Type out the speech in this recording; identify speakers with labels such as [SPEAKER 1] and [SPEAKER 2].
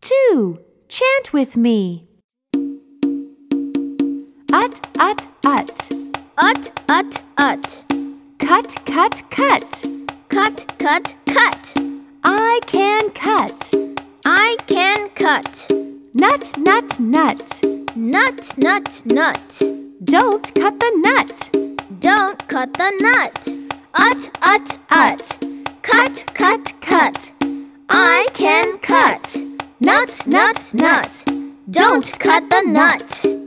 [SPEAKER 1] Two, chant with me. Ut, ut, ut.
[SPEAKER 2] Ut, ut, ut.
[SPEAKER 1] Cut, cut, cut.
[SPEAKER 2] Cut, cut, cut.
[SPEAKER 1] I can cut.
[SPEAKER 2] I can cut.
[SPEAKER 1] Nut, nut, nut.
[SPEAKER 2] Nut, nut, nut.
[SPEAKER 1] Don't cut the nut.
[SPEAKER 2] Don't cut the nut. Ut, ut, ut. Cut, cut, cut. I can cut. Nut, nut, nut. Don't cut the nut.